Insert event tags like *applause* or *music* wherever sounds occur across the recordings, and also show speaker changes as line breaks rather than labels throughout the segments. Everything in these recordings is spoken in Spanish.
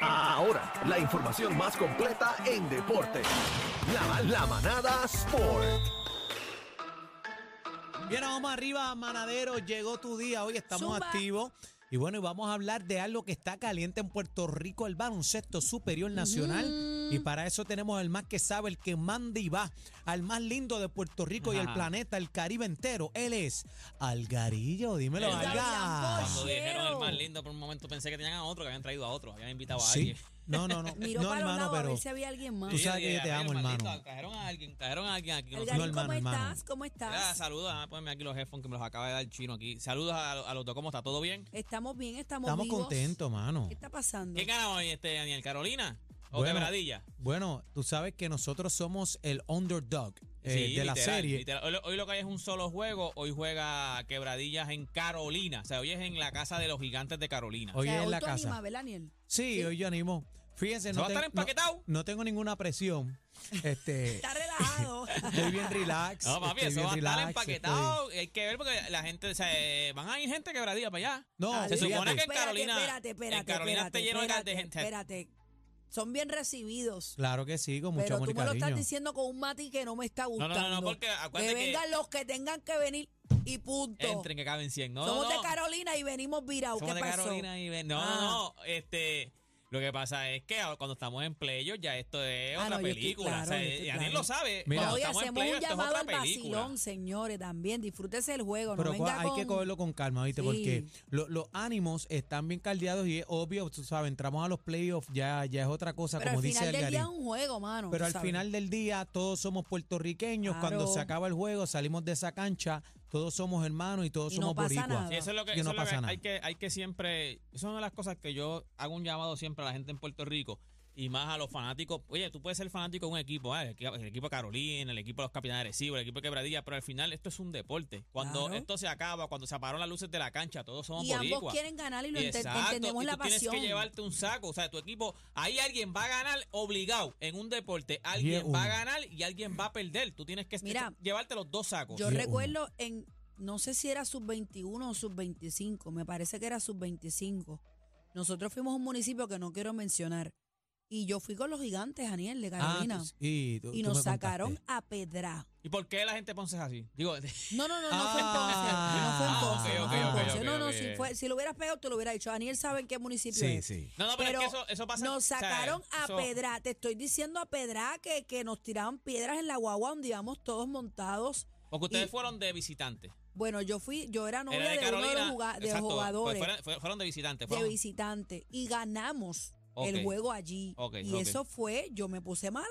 hora. La información más completa en deporte. La, la manada Sport.
Bien, vamos arriba, manadero. Llegó tu día. Hoy estamos
Zumba.
activos. Y bueno, y vamos a hablar de algo que está caliente en Puerto Rico, el baloncesto superior nacional. Y para eso tenemos al más que sabe, el que manda y va, al más lindo de Puerto Rico y el planeta, el Caribe entero. Él es Algarillo. Dímelo,
El
Alga.
Cuando dijeron
Cheo.
el más lindo, por un momento pensé que tenían a otro, que habían traído a otro, habían invitado a
Sí.
alguien.
No, no, no.
*laughs* Miró
no,
para los
hermano,
lados a
pero.
ver si había alguien más.
Tú sabes que
Y
yo te
dije,
amo,
"Ay, el más
hermano.
lindo, Trajeron a alguien, trajeron a alguien aquí.
Algarín,
no,
¿cómo
hermano, hermano.
estás? ¿Cómo
Mira,
estás?
saludos, ah, ponme aquí los headphones que me los acaba de dar el chino aquí. Saludos a, a los dos, ¿cómo está? ¿Todo bien?
Estamos bien, estamos,
Estamos
vivos.
contentos, mano.
¿Qué está pasando?
¿Qué ganamos hoy, este, Daniel? ¿Carolina? ¿O
Bueno,
Quebradilla?
Bueno, tú sabes que nosotros somos el underdog eh,
Sí,
de la
literal,
serie.
literal. Hoy, lo- hoy lo que hay es un solo juego, hoy juega Quebradillas en Carolina. O sea, hoy es en la casa de los gigantes de Carolina.
Hoy
O sea,
es en la
tú
casa.
animas, ¿verdad, Daniel?
Sí,
Sí.
hoy yo animo. Fíjense,
¿Se
no,
va a estar
ten-
empaquetado?
no- no tengo ninguna presión. Este,
Está relajado.
estoy bien relax.
No, papi,
estoy
eso
bien
va a estar
relax,
empaquetado. Hay que ver porque la gente, o sea, eh, van a ir gente quebradilla para allá.
*laughs* No,
*laughs* Dale.
se
fíjate.
supone que en
Espérate,
Carolina.
Espérate, espérate.
en Carolina
espérate,
está lleno de-
espérate,
de gente.
Espérate. Son bien recibidos.
estoy- Claro que sí, con mucho
pero
amor
tú
y
me lo estás
cariño.
diciendo con un mati que no me está
no,
gustando.
no, porque acuérdate
Que
que-
vengan los que tengan que venir y punto.
Entren que caben 100. No,
Somos
no,
de Carolina y venimos virados. ¿Qué
Somos de
pasó?
Carolina y ven- No,
Ah.
no, este. Lo que pasa es que ahora cuando estamos en playoff ya esto es
Ah,
otra
no, yo estoy
película.
claro,
o sea,
yo estoy
Daniel
claro.
lo sabe.
Mira.
cuando
Hoy
estamos en
hacemos un
playoff esto es
llamado
otra
al
película.
vacilón, señores, también. Disfrútese el juego,
Pero cua-
no venga
hay
con...
que cogerlo con calma, ¿viste?
Sí.
Porque lo- los ánimos están bien caldeados y es obvio, tú sabes, entramos a los playoffs, ya, ya es otra cosa,
Pero
como
al
dice
final del día es
Algarín.
un juego, mano.
Pero
tú
al
sabes.
final del día todos somos puertorriqueños. Cuando
Claro.
se acaba el juego, salimos de esa cancha, todos somos hermanos y todos
Y no
somos
pasa
boricuas.
nada.
Sí, eso es lo que,
Que
eso
no
es lo que
pasa nada.
hay que hay que siempre, eso es una de las cosas que yo hago un llamado siempre a la gente en Puerto Rico y más a los fanáticos. Oye, tú puedes ser fanático de un equipo, ah, el, equi- el equipo de Carolina, el equipo de los Capitanes de Arecibo, el equipo de Quebradilla, pero al final esto es un deporte. Cuando
Claro.
esto se acaba, cuando se apagaron las luces de la cancha, todos somos
Y ambos
boricuas.
quieren ganar y lo ente-
Exacto,
entendemos
y tú
la pasión.
Tienes que llevarte un saco, o sea, tu equipo, ahí alguien va a ganar obligado en un deporte, alguien
uno.
va a ganar y alguien va a perder. Tú tienes que este,
Mira,
llevarte los dos sacos.
Yo
Sí,
recuerdo en, no sé si era sub 21 o sub 25, me parece que era sub 25. Nosotros fuimos a un municipio que no quiero mencionar. Y yo fui con los gigantes, Daniel, de Carolina.
Ah, tú- y, tú-
y
tú
nos
me contaste.
sacaron a pedra.
¿Y por qué la gente de Ponce es así? Digo, *laughs*
No, no, no, no
Ah,
fue en Ponce. No fue en
ok, ok,
Ponce. no fue en
ok,
Ponce. No,
ok,
no,
ok.
si, fue- si lo hubieras pegado, te lo hubiera dicho. Daniel sabe en qué municipio
Sí,
es.
sí.
No, no, pero,
Pero
es que eso, eso pasa.
Nos
o sea,
sacaron a
eso-
pedra. Te estoy diciendo a pedra que, que nos tiraban piedras en la guagua donde íbamos todos montados.
Porque ustedes
y-
fueron de visitantes.
Bueno, yo fui, yo era novia
Era de
de, uno de los,
Carolina.
juga- de los
exacto,
jugadores,
pues fueron, fue- fueron de visitantes.
de
fueron-
visitante, y ganamos el
Ok.
juego allí.
Ok,
y
ok.
eso fue, yo me puse mala,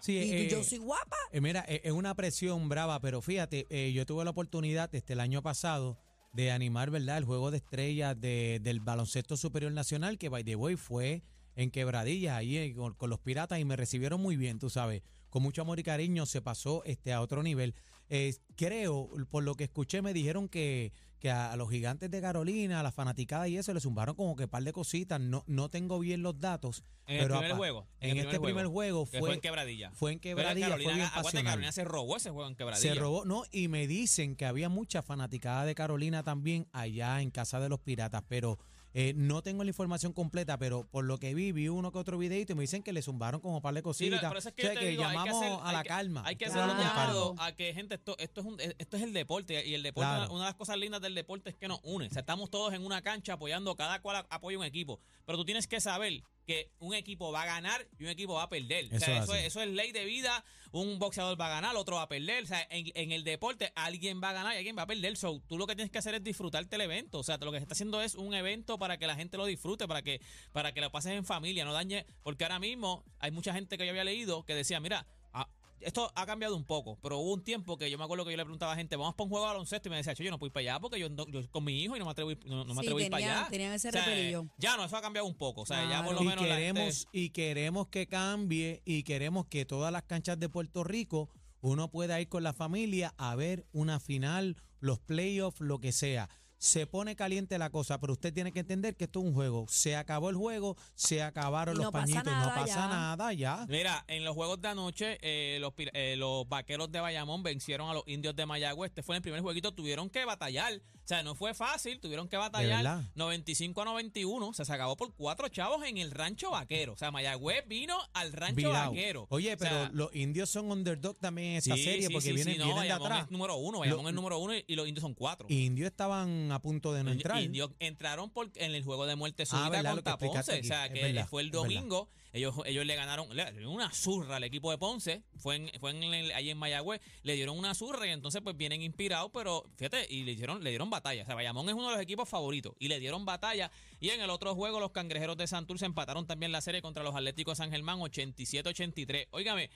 Sí,
y
eh,
yo soy guapa.
eh, mira, eh, es una presión brava, pero fíjate, eh, yo tuve la oportunidad este, el año pasado de animar, ¿verdad?, el juego de estrellas de- del baloncesto superior nacional, que by the way fue en Quebradillas, ahí eh, con, con los piratas, y me recibieron muy bien, tú sabes, con mucho amor y cariño, se pasó este, a otro nivel. Eh, creo, por lo que escuché, me dijeron que, que a, a los gigantes de Carolina, a la fanaticada y eso, le zumbaron como que par de cositas, no, no tengo bien los datos.
En el
pero
primer
apa-
juego.
En, este primer juego
que
fue,
fue en Quebradilla.
fue en
Pero
Quebradilla,
Carolina,
fue bien
acuérdate,
pasional.
Carolina se robó ese juego en Quebradilla.
Se robó, no, y me dicen que había mucha fanaticada de Carolina también allá en Casa de los Piratas, pero eh, no tengo la información completa, pero por lo que vi, vi uno que otro videito y me dicen que le zumbaron como par de
Sí,
cositas.
pero eso es que,
O
yo
sea,
te
que
digo, hay que
llamamos
hacer-
a la
hay que-
calma.
Hay que
Hay
hacer
que
un
hablar con
Claro.
llamado
calma.
a que, gente, esto, esto, es un- esto es el deporte. Y el deporte,
Claro.
una, una de las cosas lindas del deporte es que nos une. O sea, estamos todos en una cancha apoyando, cada cual a- apoya un equipo. Pero tú tienes que saber que un equipo va a ganar y un equipo va a perder. O sea,
Eso es
eso,
así.
es, eso es ley de vida. Un boxeador va a ganar, otro va a perder. O sea, en, en el deporte alguien va a ganar y alguien va a perder. So, tú lo que tienes que hacer es disfrutarte el evento. O sea, lo que se está haciendo es un evento para que la gente lo disfrute, para que, para que lo pases en familia, no dañe. Porque ahora mismo hay mucha gente que yo había leído que decía, mira, ah, esto ha cambiado un poco, pero hubo un tiempo que yo me acuerdo que yo le preguntaba a gente, vamos para un juego de baloncesto y me decía, "Cho, yo no puedo ir para allá porque yo, ando- yo con mi hijo y no me atrevo, a ir- no, no me
Sí,
atrevo a ir para
tenían-
allá.
tenían ese
O sea,
repelillo.
Ya no, eso ha cambiado un poco. O sea, ya
Claro.
por lo
y
menos la gente-
queremos y queremos que cambie y queremos que todas las canchas de Puerto Rico uno pueda ir con la familia a ver una final, los playoffs, lo que sea. Se pone caliente la cosa, pero usted tiene que entender que esto es un juego. Se acabó el juego, se acabaron
Y
los
no pasa
pañitos, no
nada
pasa
ya.
nada ya.
Mira, en los juegos de anoche, eh, los, pir- eh, los vaqueros de Bayamón vencieron a los indios de Mayagüez. Este fue el primer jueguito, tuvieron que batallar. O sea, no fue fácil, tuvieron que
verdad?
batallar 95 a 91, o sea, se acabó por cuatro chavos en el rancho vaquero. O sea, Mayagüez vino al rancho
Virao.
vaquero.
Oye,
O sea,
pero los indios son underdog también en esta
sí,
serie
sí,
porque
sí,
vienen,
sí, no,
vienen de
Bayamón
atrás.
es número uno, Bayamón
Lo-
es número uno y, y los indios son cuatro.
Indios estaban a punto de no
Indi-
entrar. Ah,
Indios entraron por, en el juego de muerte súbita
verdad, lo que
contra
explicaste
Ponce. O
aquí.
sea,
Es
que
verdad,
fue el
es verdad.
domingo. Ellos, ellos le ganaron le dieron una zurra al equipo de Ponce. Fue, en, fue en el- ahí en Mayagüez. Le dieron una zurra y entonces pues vienen inspirados, pero fíjate, y le dieron, le dieron batalla. O sea, Bayamón es uno de los equipos favoritos y le dieron batalla. Y en el otro juego los cangrejeros de Santurce empataron también la serie contra los Atléticos de San Germán 87-83. Óigame,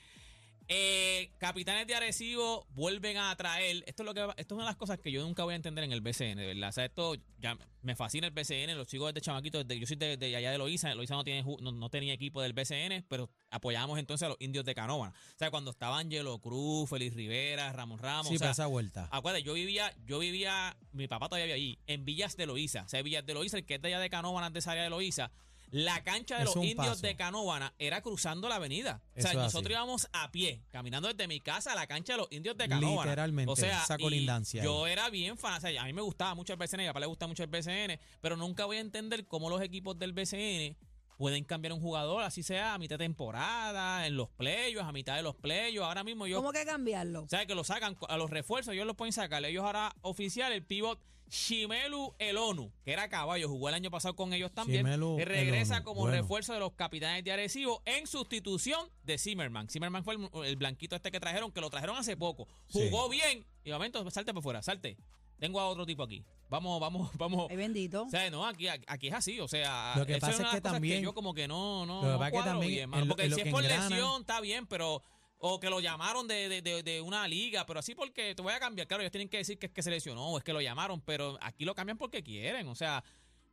eh, capitanes de Arecibo vuelven a atraer. Esto es lo que esto es una de las cosas que yo nunca voy a entender en el BCN, de ¿verdad? O sea, esto ya me fascina el BCN, lo sigo desde chamaquito, desde, yo soy de, de allá de Loiza, Loiza no, tiene, ju- no, no tenía equipo del BCN, pero apoyábamos entonces a los indios de Canóvana. O sea, cuando estaban Angelo Cruz, Félix Rivera, Ramón Ramos,
sí,
o sea,
para esa vuelta.
Acuérdate, yo vivía, yo vivía, mi papá todavía vivía allí, en Villas de Loíza. O sea, Villas de Loíza, el que es de allá de Canóvanas, de esa área de Loíza. La cancha de
Es
los
un
indios
paso.
de Canóvana era cruzando la avenida.
Eso
o
es
sea, nosotros
así.
íbamos a pie, caminando desde mi casa a la cancha de los indios de Canóvana.
Literalmente,
O sea,
esa
y
colindancia ahí.
Yo era bien fan. O sea, a mí me gustaba mucho el BCN, a mi papá le gusta mucho el BCN, pero nunca voy a entender cómo los equipos del BCN pueden cambiar un jugador, así sea a mitad de temporada, en los playoffs, a mitad de los playoffs. Ahora mismo yo
¿Cómo que cambiarlo?
o sea, que lo sacan a los refuerzos, ellos los pueden sacar. Ellos ahora oficial el pivot Shimelu Elonu, que era caballo, jugó el año pasado con ellos también.
Shimelu
y regresa
Elonu,
como
bueno.
refuerzo de los capitanes de Arecibo en sustitución de Zimmerman. Zimmerman fue el, el blanquito este que trajeron, que lo trajeron hace poco.
Sí.
Jugó bien y de momento salte para fuera, salte. Tengo a otro tipo aquí. Vamos, vamos, vamos.
Ay, bendito.
O sea, no, aquí, aquí es así, o sea,
Lo que
eso
pasa
una
es
de
que
las cosas
también-
yo como que no, no,
lo que
no
pasa es que
cuadro
también
bien, mano,
en lo-
porque
en lo
si
que
es por
engrana-
lesión está bien, pero o que lo llamaron de, de- de- de una liga, pero así porque te voy a cambiar, claro, ellos tienen que decir que es que se lesionó o es que lo llamaron, pero aquí lo cambian porque quieren, o sea,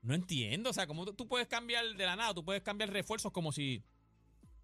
no entiendo, o sea, como tú, tú puedes cambiar de la nada, tú puedes cambiar refuerzos como si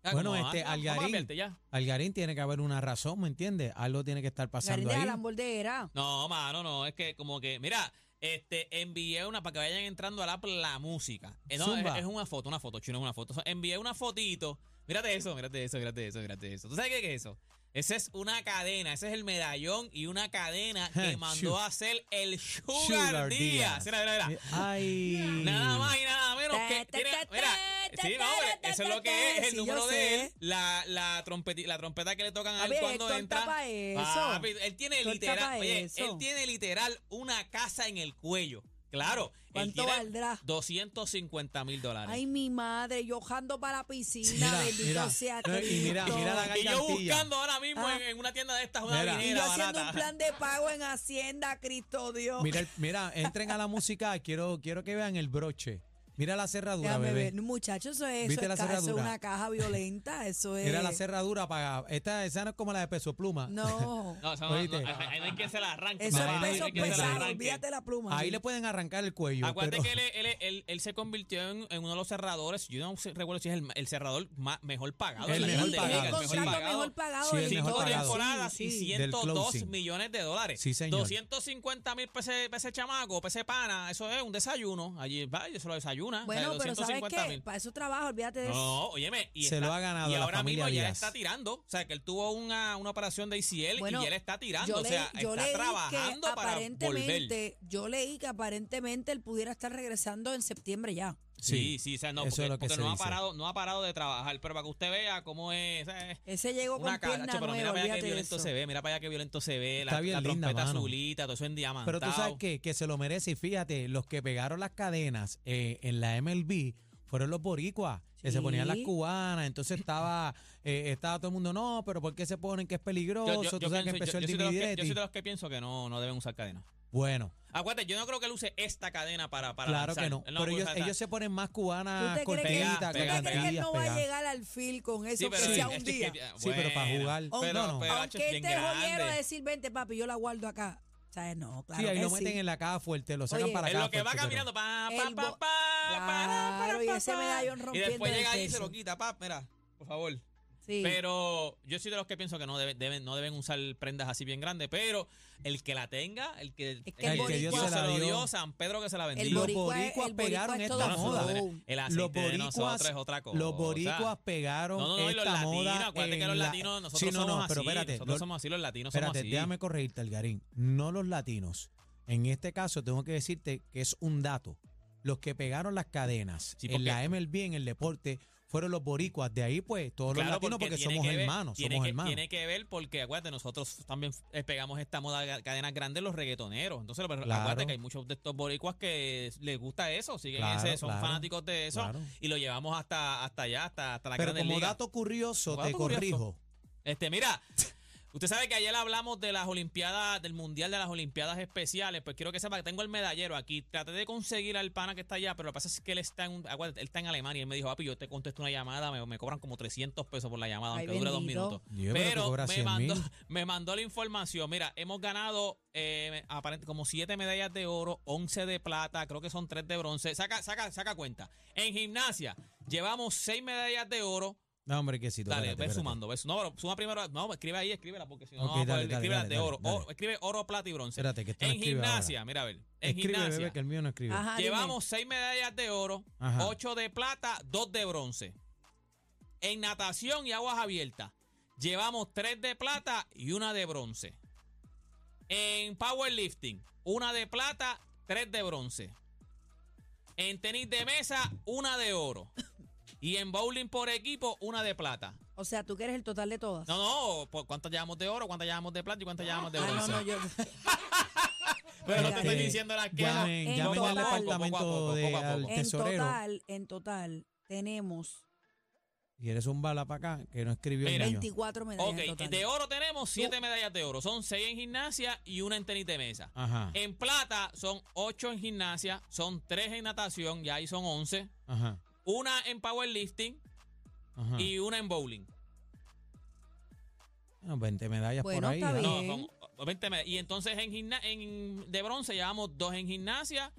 ah,
Bueno,
como,
este,
ah, vamos a
Algarín.
cambiarte ya.
Algarín tiene que haber una razón, ¿me entiendes? Algo tiene que estar
Garín
pasando
de
ahí.
Alan Boldera.
No, mano, no, es que como que, mira, este, envié una para que vayan entrando al app la música. Eh, no, es,
Zumba.
es una foto, una foto, chino, es una foto. O sea, envié una fotito. Mírate eso, mírate eso, mírate eso, mírate eso. ¿Tú sabes qué, qué es eso? Esa es una cadena, ese es el medallón y una cadena que
*laughs* Chu-
mandó a hacer el Sugar,
Sugar
Díaz.
Díaz.
Mira, mira, mira.
*laughs*
Ay.
Nada más y nada menos
Ta,
que
ta,
tiene,
ta,
mira,
ta,
sí, no,
ta,
hombre,
ta,
eso es
ta,
lo que es
ta,
el
sí,
número
yo
de él,
sé.
la, la, trompeti- la trompeta que le tocan a él
Papi,
cuando
Héctor
entra.
tapa eso.
Papi, él tiene
Héctor tapa
literal, oye,
eso.
él tiene literal una casa en el cuello. Claro, él
¿Cuánto
tiene
valdrá?
250 mil dólares.
Ay, mi madre, yo jando para la piscina,
Mira,
bendito
mira.
sea
No, y mira,
Cristo.
mira la
y yo
gargantilla.
buscando ahora mismo
Ah.
en, en una tienda de estas una
Mira.
Y
vinera
yo haciendo un
barata.
plan de pago en Hacienda, Cristo Dios.
Mira, el- mira, entren a la música, quiero, quiero que vean el broche. Mira la cerradura,
Déjame
bebé.
ver, muchachos, eso es, eso
¿Viste
es
la
ca- eso es
cerradura?
una caja violenta,
*laughs*
eso es.
Mira la cerradura para. Esta, esa no es como la de peso pluma. *laughs*
No,
No, eso no,
Oíste.
no, ahí no hay quien se la arranque.
eso
papá,
es
ahí no hay
peso
quien se la
pesado,
arranque.
olvídate la pluma.
Ahí le pueden arrancar el cuello.
Acuérdate
pero-
que él,
*laughs*
él, él- él se convirtió en, en uno de los cerradores. Yo no sé- recuerdo si es el, el cerrador ma- mejor pagado.
El
de la
mejor
liga,
pagado.
El
mejor
contrato mejor pagado
Sí,
de
el
Cinco
mejor
todas.
pagado.
temporadas
Sí,
y
sí.
Del
102
closing.
millones de dólares.
Sí, señor.
250 mil pesos ese chamaco, para ese pana. Eso es un desayuno. Allí va, yo se lo desayuna.
Bueno, pero ¿sabes
250
qué? Pues-
mil.
Para eso trabajo, olvídate de eso.
No, óyeme. Y
Se lo ha ganado
Y
la
ahora
familia
mismo ya
Díaz.
está tirando. O sea, que él tuvo una, una operación de ICL
Bueno,
y él está tirando.
Yo
o sea,
leí- yo
está
leí que
trabajando para volver.
aparentemente, yo leí que aparentemente él pudiera estar regresando en septiembre ya.
Sí, sí, o sea, no,
Eso es
porque,
lo que
porque
se
no, ha
dice.
parado, no ha parado de trabajar, pero para que usted vea cómo es, ¿sabes?
Ese llegó con
una cara,
pierna
chacho, pero mira
nueva,
para allá qué
olvídate de
violento
eso.
se ve, mira para allá qué violento se ve, la,
Está bien
la
linda,
trompeta
mano.
azulita, todo eso en diamante.
Pero tú sabes que, que se lo merece. Y fíjate, los que pegaron las cadenas eh, en la MLB fueron los boricuas, que se ponían las
Sí.
cubanas. Entonces estaba eh, estaba todo el mundo, no, pero ¿por qué se ponen que es peligroso? tú sabes que
pienso-
empezó
yo-
el
yo soy de los que- Yo
dividetti.
soy de los que pienso que no, no deben usar cadena.
Bueno,
Acuérdate, yo no creo que él use esta cadena para, para
claro
lanzar.
que no.
Él
pero
usa
ellos,
esa.
ellos se ponen más
¿Tú
cubanas,
te crees que,
Pega,
cortaditas,
tú te
Ah, pega,
crees que él no va
pegadas.
a llegar al fil con eso,
Sí, pero
que
sí,
sea
es
un
que-
día?
que-
Sí, pero para
bueno,
jugar.
pero-
No, no.
pero,
Aunque
macho, es
él
bien
te joyero
grande.
a decir, vente papi, yo la guardo acá. O sea, no, claro
Sí, ahí
que
lo meten
sí.
en la caja fuerte, lo sacan
Oye.
para
Es
acá.
lo que va
fuerte, pero-
caminando, pa, pa,
El
pa,
bo-
pa, pa,
Claro,
pa,
y
pa,
ese
pa.
medallón
Y
rompiendo
después
el
llega ahí y se
peso.
lo quita, pa, mira, por favor.
Sí.
Pero yo soy de los que pienso que no debe- deben, no deben usar prendas así bien grandes, pero el que la tenga, el que,
Es que el El que Dios
Dios
boricua-
se la
dio.
dio, San Pedro que se la
El
bendiga.
Los
boricua es-
boricuas
el boricua
pegaron
es todo
esta
No, nosotros,
moda.
flow.
El aceite
Los
de
boricuas,
nosotros es otra cosa.
los boricuas pegaron
No, no, no, y los
esta
latinos,
moda.
acuérdate que
en
los
la-
latinos, nosotros
sí, no,
somos
no, pero
así,
espérate,
nosotros
los-
somos así, los latinos
Espérate,
somos así.
déjame corregirte, Algarín. No los latinos. En este caso tengo que decirte que es un dato. Los que pegaron las cadenas
Sí,
en
porque-
la MLB, en el deporte, fueron los boricuas. De ahí pues todos los
Claro,
latinos porque,
tiene
somos
que ver-
hermanos,
tiene
somos
que-
hermanos.
Tiene que ver porque, acuérdate, nosotros también eh, pegamos esta moda de cadenas grandes los reggaetoneros. Entonces, pero
Claro.
acuérdate que hay muchos de estos boricuas que les gusta eso, siguen
Claro,
ese, son
claro,
fanáticos de eso
claro.
y lo llevamos hasta, hasta allá, hasta, hasta la
Pero
grandes
como
ligas.
dato curioso,
Como
te
dato curioso.
corrijo.
Este, mira, usted sabe que ayer hablamos de las Olimpiadas, del Mundial de las Olimpiadas Especiales. Pues quiero que sepa que tengo el medallero aquí. Traté de conseguir al pana que está allá, pero lo que pasa es que él está en, un- acuérdate, él está en Alemania. Él me dijo, papi, yo te contesto una llamada, me, me cobran como 300 pesos por la llamada,
Ay,
aunque dure dos
bendito.
minutos.
Dios, pero te
pero
cobra
me
100.000.
mandó, *laughs* me mandó la información. Mira, hemos ganado eh, aparente- como 7 medallas de oro, 11 de plata, creo que son 3 de bronce. Saca, saca, saca cuenta. En gimnasia, llevamos 6 medallas de oro,
No, hombre, que si tú.
Dale,
espérate,
ve
espérate.
sumando, ve su- No, pero suma primero. No, escribe ahí, escríbela, porque si no,
Ok,
no vamos a
dale,
poder-
dale,
escríbela
dale,
de oro.
dale, dale.
O- escribe oro, plata y bronce.
Espérate, que esto no
en
escribe ahora.
gimnasia, mira a ver. En
Escribe,
gimnasia.
bebé, que el mío no escribe.
Ajá, Ah, dime.
llevamos seis medallas de oro,
Ajá.
ocho de plata, dos de bronce. En natación y aguas abiertas, llevamos tres de plata y una de bronce. En powerlifting, una de plata, tres de bronce. En tenis de mesa, una de oro. Y en bowling por equipo, una de plata.
O sea, tú que eres el total de todas.
No, no, ¿por ¿cuántas llevamos de oro, cuántas llevamos de plata y cuántas llevamos de
ah,
bronce?
no, no,
*laughs*
yo.
Pero no te
Este,
estoy diciendo las que
llamen-
llamen al
departamento de al-
En
Tesorero.
total, en total, tenemos
Y eres un bala para acá que no escribió
Mira.
el mío.
24 medallas. en
Ok,
total.
de oro tenemos siete medallas de oro. Son seis en gimnasia y una en tenis de mesa.
Ajá.
En plata son ocho en gimnasia, son tres en natación, ya ahí son 11.
Ajá.
Una en powerlifting
Ajá.
y una en bowling.
Ah, 20 medallas
Bueno,
por ahí.
está
dale.
No,
Bien.
son 20 medallas. Y entonces en, gimna- en de bronce llevamos dos en gimnasia,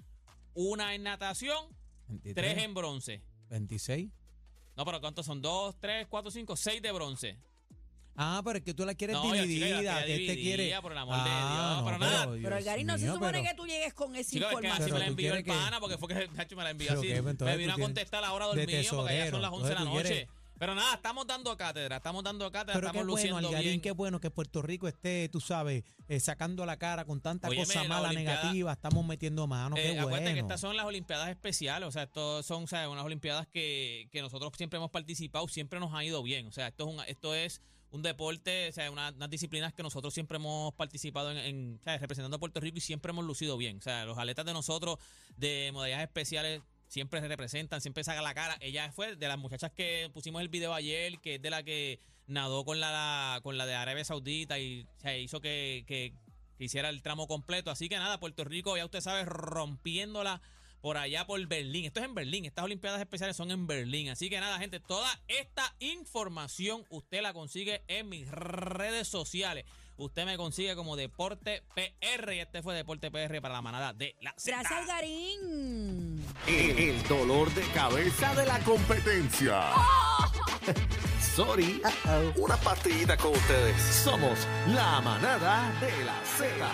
una en natación,
23,
tres em- en bronce.
26.
No, pero ¿cuántos son? Dos, tres, cuatro, cinco, seis de bronce.
Ah, pero es que tú la quieres
No, yo, chica, yo la
dividida.
quería
que este
dividida,
quiere.
por el amor de Dios, pero nada.
Pero el Garín no se supone que tú llegues con esa
Chicos, es que así
información.
me
Pero
la
tú
envió
quieres
el
que-
pana porque fue que *laughs* Hacho me la envió
Pero
así.
que, pues, entonces
me vino
tú
a
tienes-
contestar ahora
de
dormido porque ya son
tesorero,
las 11 de la
entonces tú
noche.
quieres-
Pero nada, estamos dando cátedra, estamos dando cátedra,
Pero qué
estamos
bueno,
luciendo
Algarín,
bien.
qué bueno que Puerto Rico esté, tú sabes, eh, sacando la cara con tanta
Óyeme,
cosa
la
mala,
Olimpiada-
negativa, estamos metiendo mano,
Eh,
qué bueno.
Acuérdate que estas son las Olimpiadas especiales, o sea, esto son o sea, unas Olimpiadas que, que nosotros siempre hemos participado, siempre nos ha ido bien, o sea, esto es un, esto es un deporte, o sea, una- unas disciplinas que nosotros siempre hemos participado en, en, o sea, representando a Puerto Rico y siempre hemos lucido bien, o sea, los atletas de nosotros de modalidades especiales siempre se representan, siempre saca la cara. Ella fue de las muchachas que pusimos el video ayer, que es de la que nadó con la, la- con la de Arabia Saudita y se hizo que, que- que hiciera el tramo completo. Así que nada, Puerto Rico, ya usted sabe, rompiéndola por allá por Berlín. Esto es en Berlín, estas Olimpiadas Especiales son en Berlín. Así que nada, gente, toda esta información usted la consigue en mis redes sociales. Usted me consigue como Deporte PR y este fue Deporte PR para la manada de la Z.
Gracias al Garín.
El, el dolor de cabeza de la competencia. Sorry. Una partidita con ustedes. Somos la manada de la seda.